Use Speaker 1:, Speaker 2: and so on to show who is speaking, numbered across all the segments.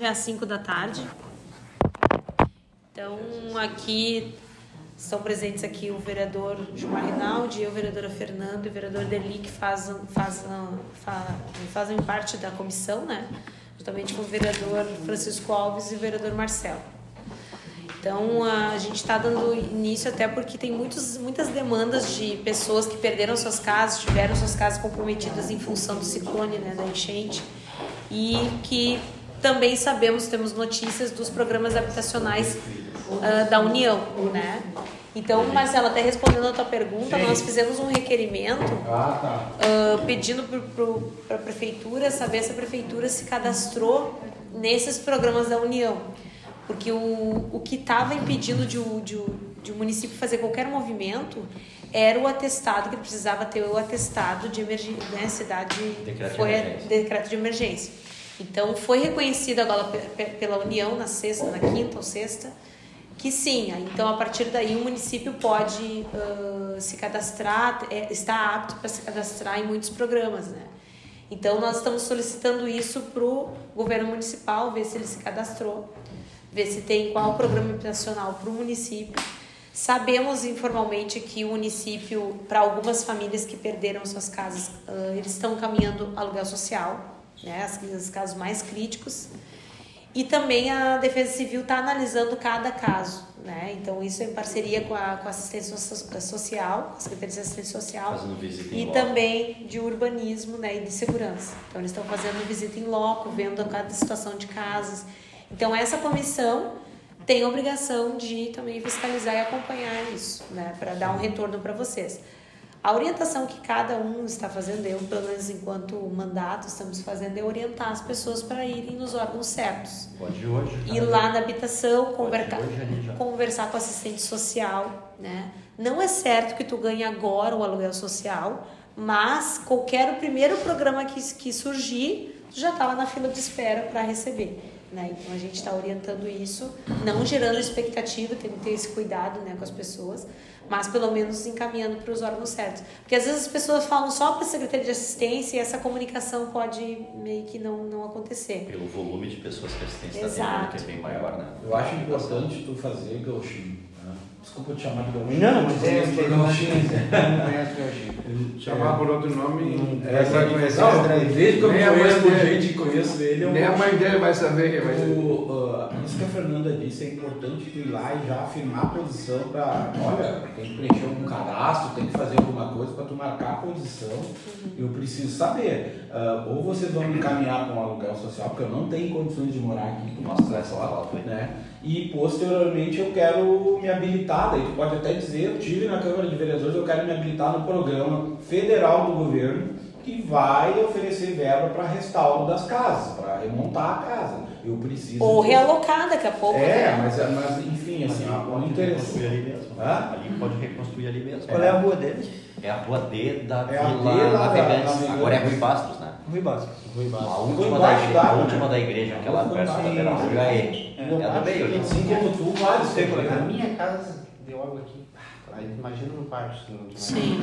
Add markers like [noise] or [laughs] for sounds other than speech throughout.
Speaker 1: Já é às 5 da tarde. Então, aqui estão presentes aqui o vereador Gilmar Rinaldi, eu, vereadora Fernando e o vereador Deli, que fazem, fazem, fa- fazem parte da comissão, né? Juntamente com o vereador Francisco Alves e o vereador Marcelo. Então, a gente está dando início até porque tem muitos, muitas demandas de pessoas que perderam suas casas, tiveram suas casas comprometidas em função do ciclone, né, da enchente, e que também sabemos, temos notícias dos programas habitacionais ah, da União, né? Então, Marcela, até respondendo a tua pergunta, nós fizemos um requerimento
Speaker 2: Ah, tá.
Speaker 1: ah, pedindo para a prefeitura saber se a prefeitura se cadastrou nesses programas da União. Porque o, o que estava impedindo de o, de, o, de o município fazer qualquer movimento era o atestado, que precisava ter o atestado de emergência, né, cidade
Speaker 3: Decreto de
Speaker 1: foi
Speaker 3: emergência.
Speaker 1: decreto de emergência. Então, foi reconhecido agora pe- pe- pela União na sexta, na quinta ou sexta, que sim. Então, a partir daí, o município pode ah, se cadastrar, é, está apto para se cadastrar em muitos programas, né? Então, nós estamos solicitando isso para o governo municipal, ver se ele se cadastrou, ver se tem qual programa habitacional para o município. Sabemos informalmente que o município, para algumas famílias que perderam suas casas, ah, eles estão caminhando aluguel social, né, as- os casos mais críticos. E também a Defesa Civil está analisando cada caso, né? Então isso é em parceria com a, com a assistência so- social, a Secretaria de Assistência Social
Speaker 3: Fazendo visita em
Speaker 1: e
Speaker 3: loco.
Speaker 1: também de urbanismo, né, e de segurança. Então eles estão fazendo visita em loco, vendo a cada situação de casas. Então essa comissão tem a obrigação de também fiscalizar e acompanhar isso, né, para dar um retorno para vocês. A orientação que cada um está fazendo, eu pelo menos enquanto mandato estamos fazendo, é orientar as pessoas para irem nos órgãos certos
Speaker 3: Pode ir hoje.
Speaker 1: ir lá na habitação, conversar,
Speaker 3: hoje ali já.
Speaker 1: conversar com assistente social, né? Não é certo que tu ganhe agora o aluguel social, mas qualquer o primeiro programa que, que surgir, tu já estava na fila de espera para receber, né? Então a gente está orientando isso, não gerando expectativa, tem que ter esse cuidado, né, com as pessoas, mas pelo menos encaminhando para os órgãos certos, porque às vezes as pessoas falam só para a secretaria de assistência e essa comunicação pode meio que não não acontecer.
Speaker 3: Pelo volume de pessoas que a assistência está
Speaker 1: Exato.
Speaker 3: tendo, que é bem maior, né?
Speaker 2: Eu acho importante tu fazer gauchinho. né? Desculpa te chamar de gauchinho.
Speaker 4: Não, mas
Speaker 2: Tu
Speaker 4: é
Speaker 2: conhece
Speaker 4: tem
Speaker 2: por gauchinho.
Speaker 5: [laughs]
Speaker 4: Não conhece gauchinho.
Speaker 2: é
Speaker 5: Chamar assim. por outro nome
Speaker 2: Não,
Speaker 5: é pra conhecer as
Speaker 2: não,
Speaker 5: três.
Speaker 2: Desde que eu me
Speaker 5: Nem a mãe
Speaker 2: conheço por
Speaker 5: dele-
Speaker 2: gente e conheço ele, é eu
Speaker 5: Nem a
Speaker 2: acho
Speaker 5: mãe dele vai saber
Speaker 2: que
Speaker 5: quem vai ser.
Speaker 2: o, ah, Isso que a Fernanda disse, é importante tu ir lá e já afirmar a posição para. Olha, tem que preencher algum cadastro, tem que fazer alguma coisa para tu marcar a posição. Eu preciso saber. Ah, ou vocês vão me encaminhar para um aluguel social, porque eu não tenho condições de morar aqui com uma
Speaker 3: Mostra
Speaker 2: stress
Speaker 3: essa
Speaker 2: lá.
Speaker 3: fala, foi.
Speaker 2: né? E posteriormente eu quero me habilitar, daí tu pode até dizer, eu tive na Câmara de Vereadores, eu quero me habilitar no programa federal do governo que vai oferecer verba para restauro das casas, para remontar a casa. Eu preciso.
Speaker 1: Ou
Speaker 2: disso.
Speaker 1: realocar daqui a pouco.
Speaker 2: É,
Speaker 1: né?
Speaker 2: mas, mas enfim, assim, ó, o
Speaker 3: pode
Speaker 2: interesse.
Speaker 3: reconstruir ali mesmo.
Speaker 2: Hã?
Speaker 3: Ali pode reconstruir ali mesmo.
Speaker 4: Qual é a rua dele?
Speaker 3: É a rua D da
Speaker 2: É a
Speaker 3: Vila
Speaker 2: D lá da-
Speaker 3: Navegantes.
Speaker 2: da-
Speaker 3: Agora é Rui Bastos, né?
Speaker 4: Rui Basco.
Speaker 3: A
Speaker 2: Foi
Speaker 3: última, da
Speaker 2: embaixo
Speaker 3: igreja, a
Speaker 2: d'água,
Speaker 3: última
Speaker 2: né?
Speaker 3: da igreja, aquela
Speaker 2: Foi
Speaker 3: perto da
Speaker 2: embaixo
Speaker 3: lateral.
Speaker 2: d'água.
Speaker 3: É, é a do meio ali.
Speaker 2: Assim como tu, vários tem por
Speaker 4: A
Speaker 2: aí.
Speaker 4: minha casa deu água aqui. Aí Imagina no parque. não tem
Speaker 1: Sim.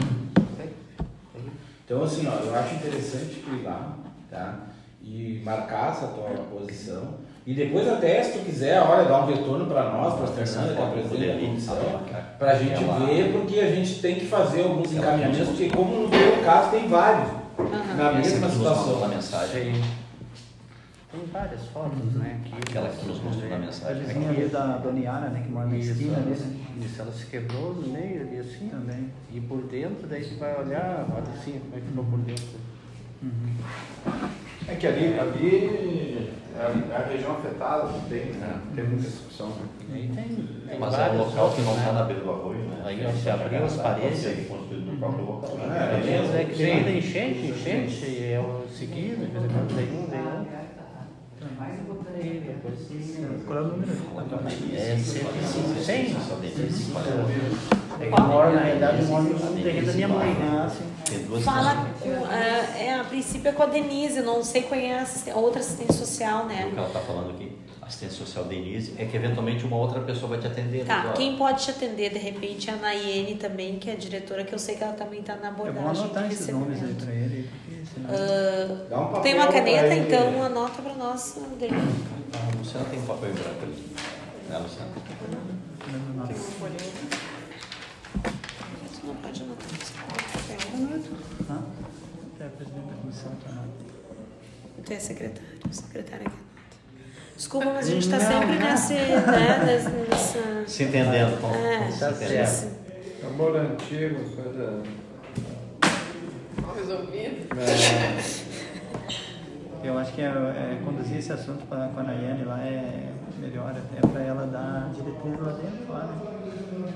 Speaker 2: Então, assim, ó, eu acho interessante tu ir lá, tá? E marcar essa tua posição. E depois, até se tu quiser, olha, dar um retorno para nós, para a Fernanda, que é a presidente da comissão,
Speaker 3: É
Speaker 2: para a gente ver, porque a gente tem que fazer alguns encaminhamentos, porque, como no meu caso, tem vários na
Speaker 3: Essa
Speaker 2: mesma
Speaker 3: que tu nos mandou na
Speaker 2: situação.
Speaker 3: mensagem.
Speaker 4: Tem várias
Speaker 6: Uhum.
Speaker 4: fotos, né? Aqui.
Speaker 3: Aquela que tu nos mostrou na
Speaker 4: A
Speaker 3: mensagem.
Speaker 4: vizinha ali da Dona Yara, né? Que mora na
Speaker 6: Isso,
Speaker 4: esquina ali. né?
Speaker 6: ela- isso, ela se quebrou no meio ali assim, ó.
Speaker 4: Também.
Speaker 6: e por dentro, daí você vai olhar, olha assim, como é que ficou por dentro.
Speaker 5: Uhum. É que ali, ali a, a região afetada não tem, né? Tem muita discussão. né?
Speaker 6: Aí tem, tem
Speaker 3: Mas é
Speaker 6: várias
Speaker 3: um local que não
Speaker 6: outras,
Speaker 3: está
Speaker 6: né?
Speaker 3: na beira do arroio, né?
Speaker 6: Aí, ó, se abriu as paredes.
Speaker 3: Pode ser reconstruído no próprio local.
Speaker 4: Uhum.
Speaker 3: né?
Speaker 2: É,
Speaker 6: Às vezes é que tem
Speaker 2: Sim.
Speaker 6: muita enchente, enchente, é o seguido, de vez em quando tem um, tem outro. E depois assim,
Speaker 4: Qual é o número?
Speaker 3: É 105,
Speaker 6: 100?
Speaker 3: 105,
Speaker 6: é que eu moro, na realidade, eu moro no terreno da minha mãe, né?
Speaker 4: Ah, sim.
Speaker 3: Tem duas
Speaker 1: Fala com. ah, é, a princípio é com a Denise, eu não sei qual é a assisten- a outra assistente social,
Speaker 3: E o
Speaker 1: né?
Speaker 3: que ela está falando aqui, assistência social Denise, é que eventualmente uma outra pessoa vai te atender. né?
Speaker 1: Tá,
Speaker 3: Eduardo.
Speaker 1: quem pode te atender de repente é a Nayene também, que é a diretora, que eu sei que ela também está na
Speaker 4: Eu
Speaker 1: abordagem.
Speaker 4: vou É anotar
Speaker 1: de
Speaker 4: esses nomes aí né?
Speaker 1: recebimento.
Speaker 4: pra ele. porque senão-
Speaker 2: Dá um
Speaker 1: Tem uma
Speaker 2: papel pra
Speaker 1: caneta,
Speaker 2: ele.
Speaker 1: então anota para nós, André.
Speaker 3: Luciana tem um papel em branco ali. Né, Luciana?
Speaker 1: Tu não pode anotar um, isso.
Speaker 6: É, presidente da comissão que anota.
Speaker 1: Tu é secretário, o secretário aqui anota. Desculpa, mas a gente tá sempre nesse, né, nessa... nessa-
Speaker 3: Se entendendo, Paulo.
Speaker 1: É.
Speaker 3: Se entendendo.
Speaker 6: certo.
Speaker 5: Amor antigo, coisa.
Speaker 7: Mal resolvido.
Speaker 6: Eu acho que é, é, conduzir esse assunto pra, com a Nayane lá é melhor, até para ela dar diretriz lá dentro, lá, né?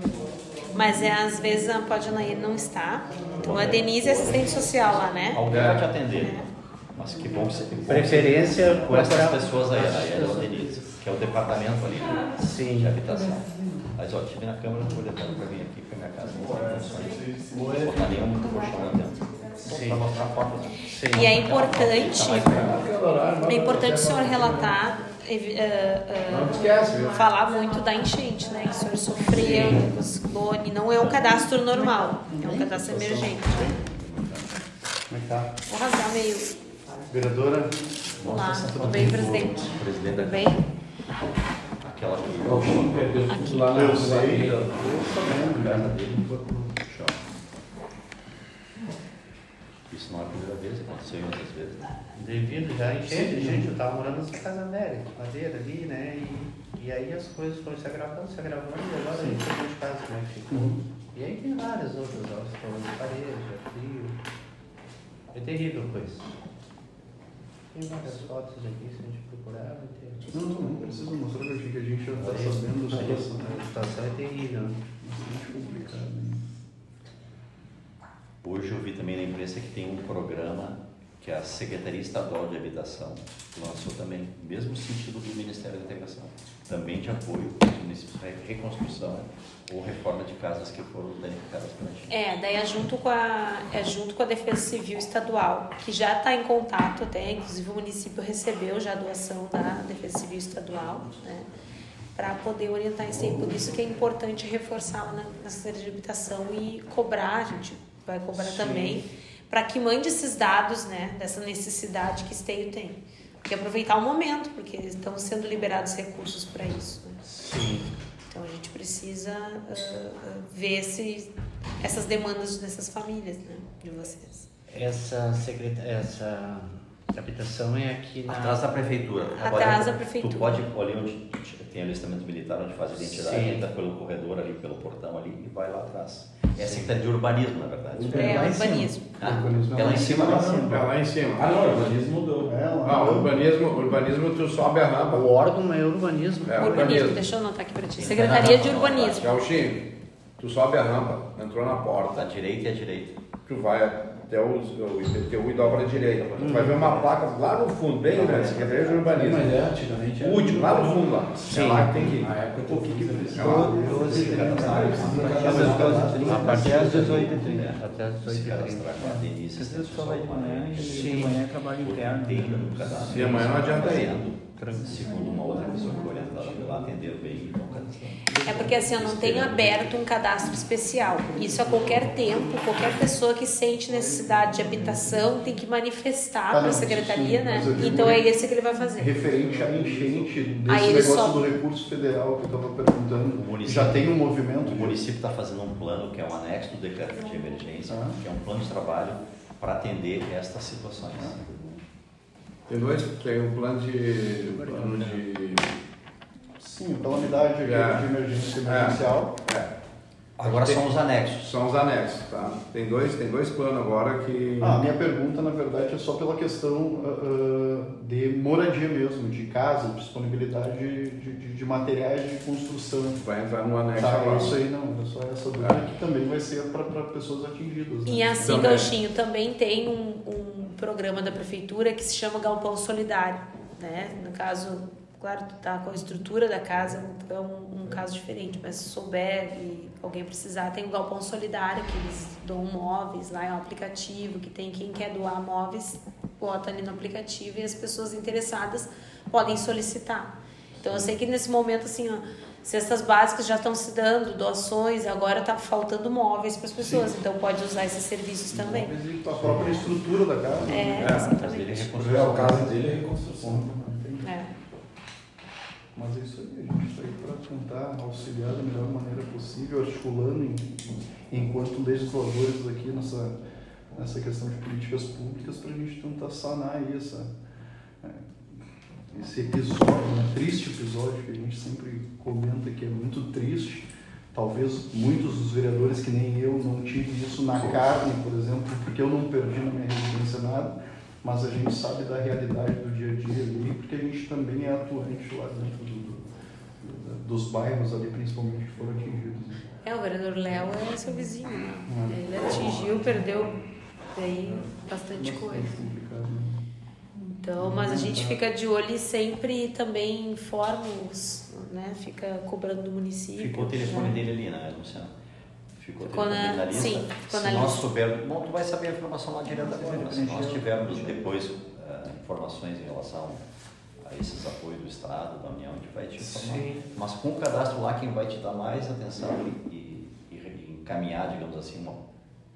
Speaker 1: Mas é, às vezes a pode Anaí não está. Então a Denise é assistente social lá, né?
Speaker 3: Alguém vai te atender.
Speaker 1: É.
Speaker 3: Mas que bom você
Speaker 6: Preferência
Speaker 3: com essas
Speaker 6: procurar-
Speaker 3: pessoas aí, aí é o Denise, que é o departamento ali de-
Speaker 6: Sim.
Speaker 3: de habitação. Mas ó, tive na câmara, vou levar pra vir aqui pra minha casa, não tem condições. Não vou botar nenhum colchão lá dentro. Só pra mostrar a foto. né?
Speaker 1: E é importante,
Speaker 3: Tá mais pra-
Speaker 1: é importante o senhor relatar, evi- ah, ah,
Speaker 5: Não esquece, viu?
Speaker 1: falar muito da enchente, né? Que o senhor sofreu com o ciclone. Não é um cadastro normal, é um cadastro emergente.
Speaker 4: Como é que tá?
Speaker 1: Vou rasgar meio.
Speaker 5: Vereadora.
Speaker 1: Olá,
Speaker 3: Nossa,
Speaker 4: tá
Speaker 1: tudo bem, presidente?
Speaker 3: Presidente
Speaker 1: Tudo
Speaker 3: da
Speaker 1: bem?
Speaker 3: aquela
Speaker 2: Eu
Speaker 3: que
Speaker 2: vim perder tudo lá na
Speaker 5: Eu sei.
Speaker 2: Eu
Speaker 3: casa dele foi pro chão. Isso não é a primeira vez, aconteceu em outras vezes. né?
Speaker 4: Devido já a enchente, gente, eu tava morando nessa casa velha, de madeira ali, né? E, e aí as coisas foram se agravando, se agravando, e agora a gente tem de casa como é que ficou.
Speaker 5: Uhum.
Speaker 4: E aí tem várias outras, ó, estourando de parede, é frio. É terrível coisa. Tem várias fotos aqui, se a gente procurar, vai ter.
Speaker 5: Não, não, não precisa mostrar que eu achei que a gente já está
Speaker 4: Aí,
Speaker 5: sabendo da
Speaker 4: aí,
Speaker 5: situação. né?
Speaker 4: A situação é terrível, né?
Speaker 5: Bastante complicado. né?
Speaker 3: Hoje eu vi também na imprensa que tem um programa que a Secretaria Estadual de Habitação lançou também, mesmo sentido do Ministério da Integração, também de apoio aos municípios para reconstrução ou reforma de casas que foram danificadas pela enchente.
Speaker 1: É, daí é junto com a, é junto com a Defesa Civil Estadual, que já está em contato até, inclusive o município recebeu já a doação da Defesa Civil Estadual, né? Para poder orientar isso aí. Por isso que é importante reforçar na, na Secretaria de Habitação e cobrar, a gente vai cobrar também, para que mande esses dados, né? Dessa necessidade que esteio tem. E aproveitar o momento, porque estão sendo liberados recursos para isso. Né? Então a gente precisa ah, ah, ver se essas demandas dessas famílias, né? De vocês.
Speaker 4: Essa secreta... essa habitação é aqui na...
Speaker 3: Atrás da prefeitura. tu
Speaker 1: Atrás
Speaker 3: pode-
Speaker 1: da prefeitura.
Speaker 3: Tu pode ali onde t- tem alistamento militar, onde faz a identidade,
Speaker 4: Sim.
Speaker 3: entra pelo corredor ali, pelo portão ali e vai lá atrás. É a Secretaria de Urbanismo, na verdade.
Speaker 1: É,
Speaker 6: lá em cima.
Speaker 1: urbanismo.
Speaker 3: Ah,
Speaker 5: Urbanismo
Speaker 3: é lá em cima, lá em
Speaker 5: É
Speaker 3: cima.
Speaker 5: lá em cima.
Speaker 2: Ah, não, o urbanismo mudou.
Speaker 5: Ah, urbanismo, urbanismo tu sobe a
Speaker 4: O
Speaker 5: rampa.
Speaker 4: órgão é urbanismo.
Speaker 5: É,
Speaker 1: urbanismo,
Speaker 5: urbanismo.
Speaker 1: deixa eu anotar aqui para ti. Secretaria de Urbanismo.
Speaker 5: Gauchinho, tu sobe a rampa, entrou na porta,
Speaker 3: À direita e à direita.
Speaker 5: tu vai até o, o IPTU e dobra à direita. Tu vai ver uma placa lá no fundo, bem grande, Secretaria de Urbanismo.
Speaker 2: Mas é, antigamente
Speaker 5: O último, lá no fundo, lá. É lá que tem que ir.
Speaker 2: Na época eu tinha que
Speaker 5: É lá.
Speaker 4: A partir das 18h30. Até as
Speaker 3: Se
Speaker 4: 18h30.
Speaker 3: cadastrar com a Denise.
Speaker 6: Às vezes só vai de manhã e de manhã é trabalho interno.
Speaker 3: Tem um cadastro.
Speaker 5: E amanhã não adianta ir.
Speaker 3: Fazendo, Segundo uma outra pessoa que foi orientada pela atender bem então, e não cadastrando.
Speaker 1: É porque assim, eu não tenho aberto um cadastro especial. Isso a qualquer tempo, qualquer pessoa que sente necessidade de habitação tem que manifestar
Speaker 5: Tá,
Speaker 1: para a
Speaker 5: não,
Speaker 1: secretaria,
Speaker 5: sim,
Speaker 1: né?
Speaker 5: mas eu digo-
Speaker 1: Então é esse que ele vai fazer.
Speaker 5: Referente à enchente
Speaker 1: Aí
Speaker 5: desse
Speaker 1: ele
Speaker 5: negócio
Speaker 1: só-
Speaker 5: do recurso federal que eu estava perguntando,
Speaker 3: O município-
Speaker 5: já tem um movimento
Speaker 3: O
Speaker 5: de
Speaker 3: município está fazendo um plano que é um anexo do decreto de emergência, que é um plano de trabalho para atender estas situações.
Speaker 5: Tem dois, tem um plano de. plano de.
Speaker 8: Sim, então calamidade de
Speaker 5: É.
Speaker 8: de emergência emergencial.
Speaker 5: É,
Speaker 3: Agora são os anexos.
Speaker 5: são os anexos, tá? Tem dois, tem dois planos agora que.
Speaker 8: Ah, a minha pergunta, na verdade, é só pela questão ah, ah, de moradia mesmo, de casa, disponibilidade de, de, de materiais de construção.
Speaker 5: Vai entrar no anexo
Speaker 8: Tá,
Speaker 5: agora.
Speaker 8: é isso aí não, é só essa dúvida que também vai ser para pessoas atingidas. né?
Speaker 1: E assim,
Speaker 5: Também.
Speaker 1: Gauchinho, também tem um, um programa da prefeitura que se chama Galpão Solidário, né? No caso, claro, tu tá com a estrutura da casa, é um, um caso diferente, mas se souber e alguém precisar, tem o Galpão Solidário, que eles doam móveis lá, é um aplicativo que tem quem quer doar móveis, bota ali no aplicativo e as pessoas interessadas podem solicitar. Então eu sei que nesse momento, assim, ó, cestas básicas já estão se dando, doações, agora tá faltando móveis para as pessoas, então pode usar esses serviços também.
Speaker 8: Talvez A própria estrutura da casa.
Speaker 1: É,
Speaker 5: É, mas
Speaker 3: Mas ele
Speaker 1: exatamente.
Speaker 3: reconstruiu.
Speaker 8: né?
Speaker 2: É, o caso dele é reconstrução.
Speaker 1: É.
Speaker 8: Mas é isso aí, a gente está aí para tentar auxiliar da melhor maneira possível, articulando em- enquanto legisladores aqui nessa, nessa questão de políticas públicas, para a gente tentar sanar aí essa, é, esse episódio, um triste episódio que a gente sempre comenta que é muito triste. Talvez muitos dos vereadores que nem eu não tive isso na carne, por exemplo, porque eu não perdi na minha residência nada mas a gente sabe da realidade do dia a dia ali, porque a gente também é atuante lá dentro do- do- dos bairros ali, principalmente, que foram atingidos. né?
Speaker 1: É, o vereador Léo é seu vizinho, né?
Speaker 3: Uhum.
Speaker 1: Ele atingiu, perdeu daí bastante
Speaker 8: Mas
Speaker 1: coisa.
Speaker 8: É complicado, né?
Speaker 1: Então, mas a gente fica de olho e sempre também informa os, né? Fica cobrando do município.
Speaker 3: Ficou o telefone
Speaker 1: né?
Speaker 3: dele ali, né, Luciano? Ficou o
Speaker 1: Ficou
Speaker 3: telefone
Speaker 1: na-
Speaker 3: dele na lista?
Speaker 1: sim, ficou na
Speaker 3: Se nós
Speaker 1: lista.
Speaker 3: soubermos, bom, tu vai saber a informação lá direto agora, mas se nós tivermos depois ah, informações em relação a esses apoios do Estado, da União, a gente vai te informar.
Speaker 4: Sim.
Speaker 3: Mas com o cadastro lá, quem vai te dar mais atenção e, e- e encaminhar, digamos assim, uma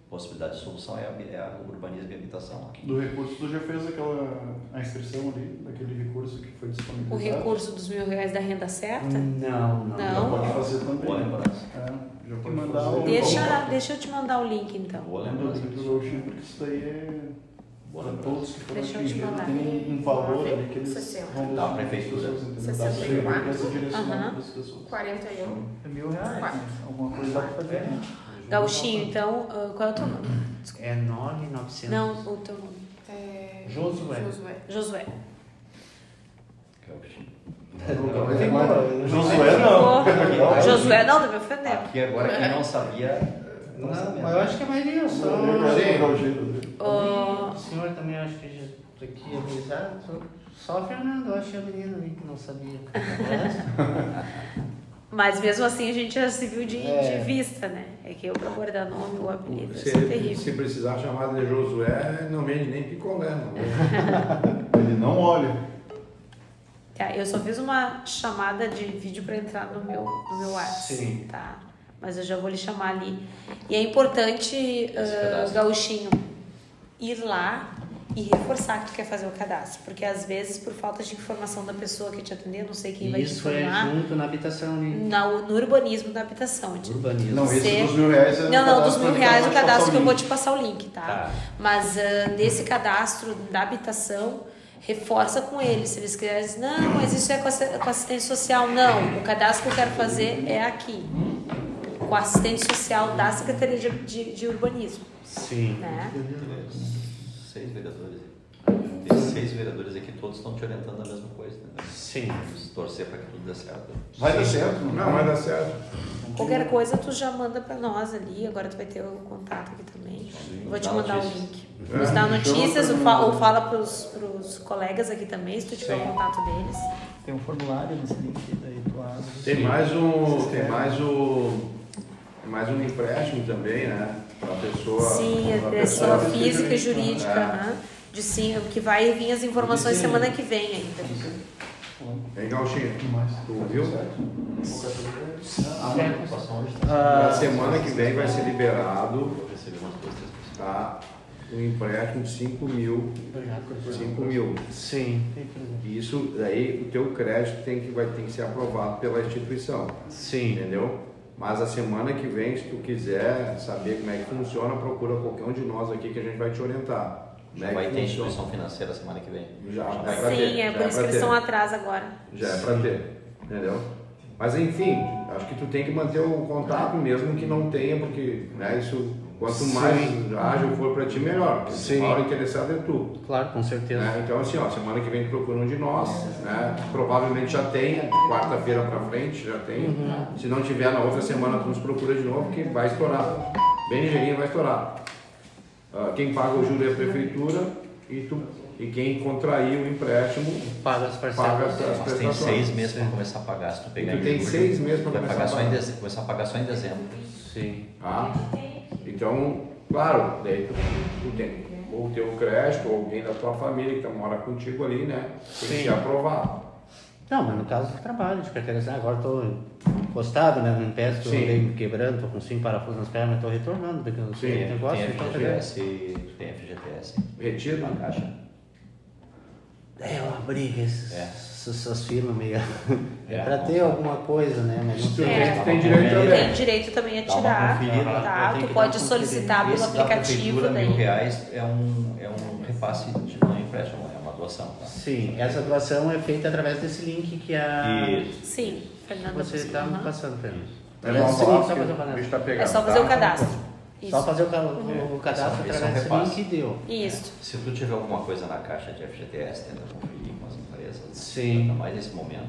Speaker 3: possibilidade de solução é a, é a urbanismo e habitação lá.
Speaker 8: Do recurso, tu já fez aquela a inscrição ali, daquele recurso que foi
Speaker 1: O
Speaker 8: disponibilizado?
Speaker 1: recurso dos mil reais da renda certa?
Speaker 4: Não, não.
Speaker 8: Já
Speaker 1: Não.
Speaker 8: pode fazer também.
Speaker 3: Boa
Speaker 8: né?
Speaker 3: lembrança.
Speaker 8: É, já pode mandar o...
Speaker 1: Deixa, deixa eu te mandar o link então.
Speaker 3: Boa
Speaker 8: Manda o
Speaker 3: lembrança.
Speaker 8: link do Gauchinho, porque isso daí é...
Speaker 3: Boa
Speaker 8: Para
Speaker 3: lembrança.
Speaker 8: todos que foram
Speaker 1: Deixa eu te
Speaker 8: atingidos,
Speaker 1: mandar.
Speaker 8: tem um valor ali que eles
Speaker 7: 60.
Speaker 8: vão Então,
Speaker 3: Da prefeitura.
Speaker 8: Da
Speaker 7: 64.
Speaker 8: prefeitura, essa direcionada
Speaker 1: Aham.
Speaker 8: para as pessoas.
Speaker 7: 41.
Speaker 6: É mil reais, né? alguma coisa dá pra fazer. né?
Speaker 1: Gauchinho, então, ah, qual é o teu nome?
Speaker 4: É 9,900.
Speaker 1: Não, o teu nome.
Speaker 7: É...
Speaker 4: Josué.
Speaker 7: Josué.
Speaker 1: Josué.
Speaker 3: Que é o que-
Speaker 8: Josué não.
Speaker 1: Porra. Josué, não, tu me ofendeu.
Speaker 3: [laughs] Aqui agora quem não sabia.
Speaker 4: Não, mas é. eu acho que a maioria só. um
Speaker 1: Ah,
Speaker 4: O senhor também, eu acho que já tá aqui avisado. só- Só o Fernando, eu acho que a menina ali que não sabia.
Speaker 1: Mas mesmo assim a gente já se viu de,
Speaker 4: É.
Speaker 1: de vista, né? É que eu pra guardar nome ou apelido, isso
Speaker 5: Se,
Speaker 1: é terrível.
Speaker 5: se precisar chamar de Josué, não vende nem picolé. Não.
Speaker 8: Ele não olha.
Speaker 1: Tá, eu só fiz uma chamada de vídeo pra entrar no meu, no meu WhatsApp,
Speaker 4: Sim.
Speaker 1: tá? Mas eu já vou lhe chamar ali. E é importante, uh,
Speaker 3: cadastro.
Speaker 1: Gauchinho, ir lá e reforçar que tu quer fazer o cadastro. Porque às vezes, por falta de informação da pessoa que te atendeu, não sei quem
Speaker 4: E
Speaker 1: vai te
Speaker 4: isso é
Speaker 1: informar,
Speaker 4: junto na habitação ali.
Speaker 1: na, no urbanismo da habitação. de-
Speaker 4: Urbanismo.
Speaker 8: Não, esse
Speaker 1: Ser-
Speaker 8: dos mil reais é
Speaker 1: Não, não, dos mil reais o
Speaker 8: o cadastro
Speaker 1: cadastro que eu vou
Speaker 8: te
Speaker 1: te passar o link, tá?
Speaker 3: Tá.
Speaker 1: Mas ah, nesse cadastro da habitação, reforça com eles. Se eles quiserem, dizer, não, mas isso é com assi- com assistente social. Não, o cadastro que eu quero fazer é aqui. Com a assistente social da Secretaria de, de- de Urbanismo,
Speaker 4: Sim.
Speaker 1: né?
Speaker 3: Seis vereadores. Esses seis vereadores aqui todos estão te orientando a mesma coisa, entendeu?
Speaker 4: Sim.
Speaker 3: Vamos torcer para que tudo dê certo.
Speaker 8: Vai dar certo, não?
Speaker 5: Não, é? vai dar certo.
Speaker 1: Qualquer coisa tu já manda pra nós ali, agora tu vai ter o contato aqui também. Eu vou te
Speaker 3: Dá
Speaker 1: mandar o
Speaker 3: notícias.
Speaker 1: link. Nos dá
Speaker 5: É.
Speaker 8: Show,
Speaker 1: notícias, ou
Speaker 8: todo
Speaker 1: fa-
Speaker 8: mundo.
Speaker 1: ou fala pros, pros colegas aqui também, se tu tiver o contato deles.
Speaker 6: Tem um formulário nesse link, daí tu abre.
Speaker 5: Tem mais um. Tem mais o. Tem mais um empréstimo também, né? Para pessoa.
Speaker 1: Sim,
Speaker 5: pra
Speaker 1: a pessoa
Speaker 5: pessoa
Speaker 1: física e jurídica,
Speaker 5: É.
Speaker 1: aham. de sim, é o que vai vir as informações
Speaker 5: Sim.
Speaker 1: semana que vem ainda.
Speaker 5: Hein, Gauchinho? Tu ouviu?
Speaker 4: Ah,
Speaker 3: A preocupação hoje está.
Speaker 5: Na semana que vem vai ser liberado
Speaker 3: Eu recebi umas duas, três pessoas.
Speaker 5: tá? um empréstimo de 5 mil. 5 mil.
Speaker 4: Sim.
Speaker 5: E Isso daí o teu crédito tem que, vai, tem que ser aprovado pela instituição.
Speaker 4: Sim.
Speaker 5: Entendeu? Mas a semana que vem, se tu quiser saber como é que funciona, procura qualquer um de nós aqui que a gente vai te orientar. Como
Speaker 3: Já
Speaker 5: é
Speaker 3: vai
Speaker 5: que
Speaker 3: ter
Speaker 5: funciona.
Speaker 3: instituição financeira semana que vem.
Speaker 5: Já, já é pra ter.
Speaker 1: Sim, é
Speaker 5: já
Speaker 1: por
Speaker 5: pra ter.
Speaker 1: inscrição atrás agora.
Speaker 5: Já é pra ter, entendeu? Mas enfim, acho que tu tem que manter o contato mesmo que não tenha, porque né, isso, quanto mais ágil for pra ti, melhor. Porque
Speaker 4: Sim.
Speaker 5: O maior interessado é tu.
Speaker 4: Claro, com certeza.
Speaker 5: né? Então assim, ó, semana que vem tu procura um de nós, né? Provavelmente já tenha, de quarta-feira pra frente já tem. Se não tiver na outra semana, tu nos procura de novo, porque vai estourar. Bem ligeirinho vai estourar. Ah, quem paga o juro é a prefeitura e tu. E quem contrair o empréstimo
Speaker 4: Paga as parcelas.
Speaker 5: paga as, as
Speaker 3: Mas tem
Speaker 5: prestações.
Speaker 3: seis meses para começar a pagar. Se tu pegar
Speaker 5: Tu
Speaker 3: em
Speaker 5: tem
Speaker 3: julho,
Speaker 5: seis meses pra
Speaker 3: vai
Speaker 5: começar
Speaker 3: pagar
Speaker 5: a
Speaker 3: só em
Speaker 5: pagar.
Speaker 3: dezembro. Começar a pagar só em dezembro.
Speaker 4: Sim.
Speaker 5: Tá? Então, claro, daí tu, tu tem ou o teu crédito ou alguém da tua família que tá- mora contigo ali, né? Tem que
Speaker 4: Sim.
Speaker 5: te aprovar.
Speaker 4: Não, mas no caso do trabalho, de carteira
Speaker 9: assim, "Ah,
Speaker 4: assinada, agora estou encostado, né? Não peço, estou
Speaker 5: Sim.
Speaker 4: meio quebrando, tô com cinco parafusos nas pernas, estou retornando daqui do
Speaker 5: Sim,
Speaker 3: Tem,
Speaker 4: negócio.
Speaker 3: é, tem
Speaker 4: então,
Speaker 3: FGTS, tem FGTS.
Speaker 5: Retiro.
Speaker 3: Uma caixa.
Speaker 4: É uma briga esses,
Speaker 3: É.
Speaker 4: esses
Speaker 9: essas firmas meio. [laughs]
Speaker 3: É,
Speaker 9: para ter alguma coisa, né? Mas não sei.
Speaker 1: É.
Speaker 5: Tem direito também.
Speaker 1: Tem direito também a
Speaker 3: Dá uma
Speaker 1: tirar,
Speaker 3: conferida,
Speaker 1: tá?
Speaker 3: tem
Speaker 1: Tu
Speaker 3: que dar
Speaker 1: pode
Speaker 3: uma
Speaker 1: solicitar pelo
Speaker 3: Esse da
Speaker 1: um aplicativo
Speaker 3: prefeitura, mil
Speaker 1: daí.
Speaker 3: reais é um, é um repasse de não é empréstimo, é uma doação. Tá?
Speaker 9: Sim, essa doação é feita através desse link que a. tá
Speaker 3: Isso.
Speaker 1: Sim, Fernanda.
Speaker 4: Você tá
Speaker 1: busca,
Speaker 4: está me
Speaker 1: aham.
Speaker 4: passando, Fernando.
Speaker 5: É
Speaker 9: É o
Speaker 5: normal,
Speaker 9: seguinte, só
Speaker 5: porque
Speaker 9: fazer uma
Speaker 5: o
Speaker 9: parada.
Speaker 5: bicho tá pegando.
Speaker 1: É só fazer
Speaker 5: tá?
Speaker 1: o cadastro.
Speaker 9: Só
Speaker 4: tá.
Speaker 1: Isso.
Speaker 9: fazer o, cal- o cadastro
Speaker 3: Esse é um
Speaker 9: através desse
Speaker 3: repasse.
Speaker 9: link e deu.
Speaker 1: Isso.
Speaker 3: Se tu tiver alguma coisa na caixa de FGTS, tenta conferir com as empresas.
Speaker 9: Sim.
Speaker 3: Ainda mais nesse momento.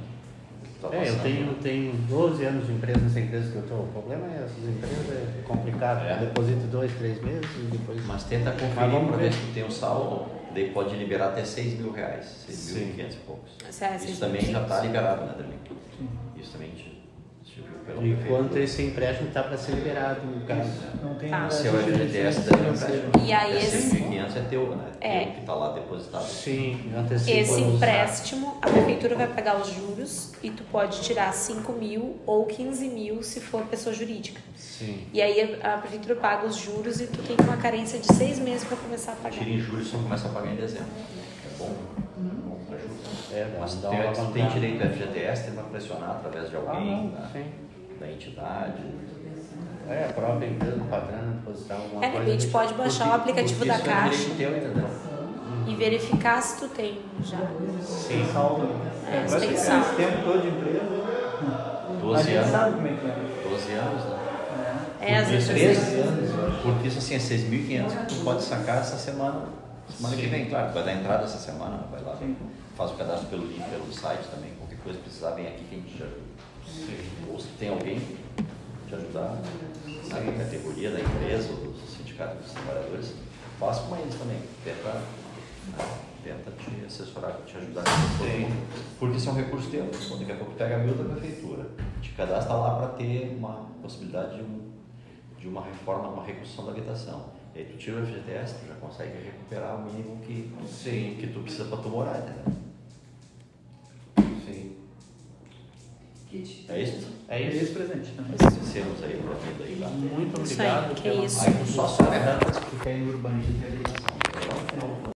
Speaker 3: Tá
Speaker 4: É, eu
Speaker 3: passando.
Speaker 4: tenho, tenho 12 anos de empresa nessa empresa que eu estou. O problema é essas empresas é complicado.
Speaker 3: É.
Speaker 4: Eu deposito dois, três meses e depois.
Speaker 3: Mas tenta
Speaker 4: Mas
Speaker 3: conferir
Speaker 4: vamos
Speaker 3: para
Speaker 4: ver.
Speaker 3: ver se tu tem um saldo, daí pode liberar até 6 mil reais, 6.500 e poucos.
Speaker 1: Essa é a
Speaker 3: Isso
Speaker 1: seis
Speaker 3: também
Speaker 1: mil
Speaker 3: já está
Speaker 1: quinhentos.
Speaker 3: liberado, né, Darlene? Isso também te, te viu pelo
Speaker 9: Enquanto
Speaker 3: prefeito.
Speaker 9: esse empréstimo
Speaker 4: tá
Speaker 9: está para ser liberado, no caso.
Speaker 6: Não tem
Speaker 1: Tá.
Speaker 6: nada
Speaker 3: Se é o
Speaker 6: de
Speaker 3: FGTS,
Speaker 6: justiça
Speaker 3: daí não
Speaker 6: financeira.
Speaker 3: presta.
Speaker 1: E aí
Speaker 3: É
Speaker 1: esse-
Speaker 3: 6.500 é teu, né?
Speaker 1: É.
Speaker 3: Teu que está lá depositado.
Speaker 9: Sim, antecipa.
Speaker 1: Esse
Speaker 9: os-
Speaker 1: empréstimo, a prefeitura vai pagar os juros e tu pode tirar 5 mil ou 15 mil se for pessoa jurídica.
Speaker 9: Sim.
Speaker 1: E aí a a prefeitura paga os juros e tu tem uma carência de seis meses para começar a pagar.
Speaker 3: Tira em julho e só começa a pagar em dezembro. É bom.
Speaker 1: Uhum.
Speaker 3: Bom pra julho.
Speaker 9: É, dá,
Speaker 4: um
Speaker 3: Mas
Speaker 9: dá
Speaker 3: tem,
Speaker 9: uma
Speaker 3: tu tem
Speaker 9: alavancada.
Speaker 3: direito ao FGTS, tenta pressionar através de
Speaker 4: Ah,
Speaker 3: alguém,
Speaker 4: não,
Speaker 3: da,
Speaker 4: sim.
Speaker 3: da entidade.
Speaker 4: É, a própria empresa do patrão depositar alguma
Speaker 1: É,
Speaker 4: coisa.
Speaker 1: a gente
Speaker 4: né?
Speaker 1: pode baixar o aplicativo da
Speaker 3: Isso é um
Speaker 1: Caixa
Speaker 3: direito teu, entendeu?
Speaker 1: e verificar se tu tem já.
Speaker 6: Sem saldo.
Speaker 4: né?
Speaker 1: É,
Speaker 6: Agora,
Speaker 1: sem
Speaker 6: esse
Speaker 1: saldo.
Speaker 6: tempo todo de empresa, a
Speaker 3: 12
Speaker 6: gente
Speaker 3: anos.
Speaker 6: sabe como é que é.
Speaker 3: 12 anos, né?
Speaker 1: É, às vezes Uhum.
Speaker 3: 13 anos, eu acho. Porque isso assim é 6.500 que tu pode sacar essa semana, semana que vem, claro. Vai dar entrada essa semana, vai lá, faz o cadastro pelo link, pelo site também. Qualquer coisa que precisar, vem aqui que a gente te ajuda. Ou se tem alguém te ajudar, sabe a categoria da empresa, ou do sindicato dos trabalhadores, faz com eles também. Tenta, né, tenta te assessorar, te ajudar. Porque isso é um recurso teu. Então, Daqui a pouco pega mil da prefeitura, te cadastra lá para ter uma possibilidade de um de uma reforma, uma reconstrução da habitação. E aí tu tira o FGTS, tu já consegue recuperar o mínimo que, que tu precisa para tu morar, entendeu?
Speaker 9: Sim.
Speaker 3: É isso?
Speaker 4: É
Speaker 6: É
Speaker 4: isso.
Speaker 6: esse presente também.
Speaker 3: Descemos aí pra vida aí tá? lá.
Speaker 4: Muito
Speaker 1: Isso aí,
Speaker 4: obrigado
Speaker 1: que
Speaker 4: pela
Speaker 1: isso.
Speaker 3: né? Aí com só só ferrando.
Speaker 6: Que é urbanismo e reabilitação.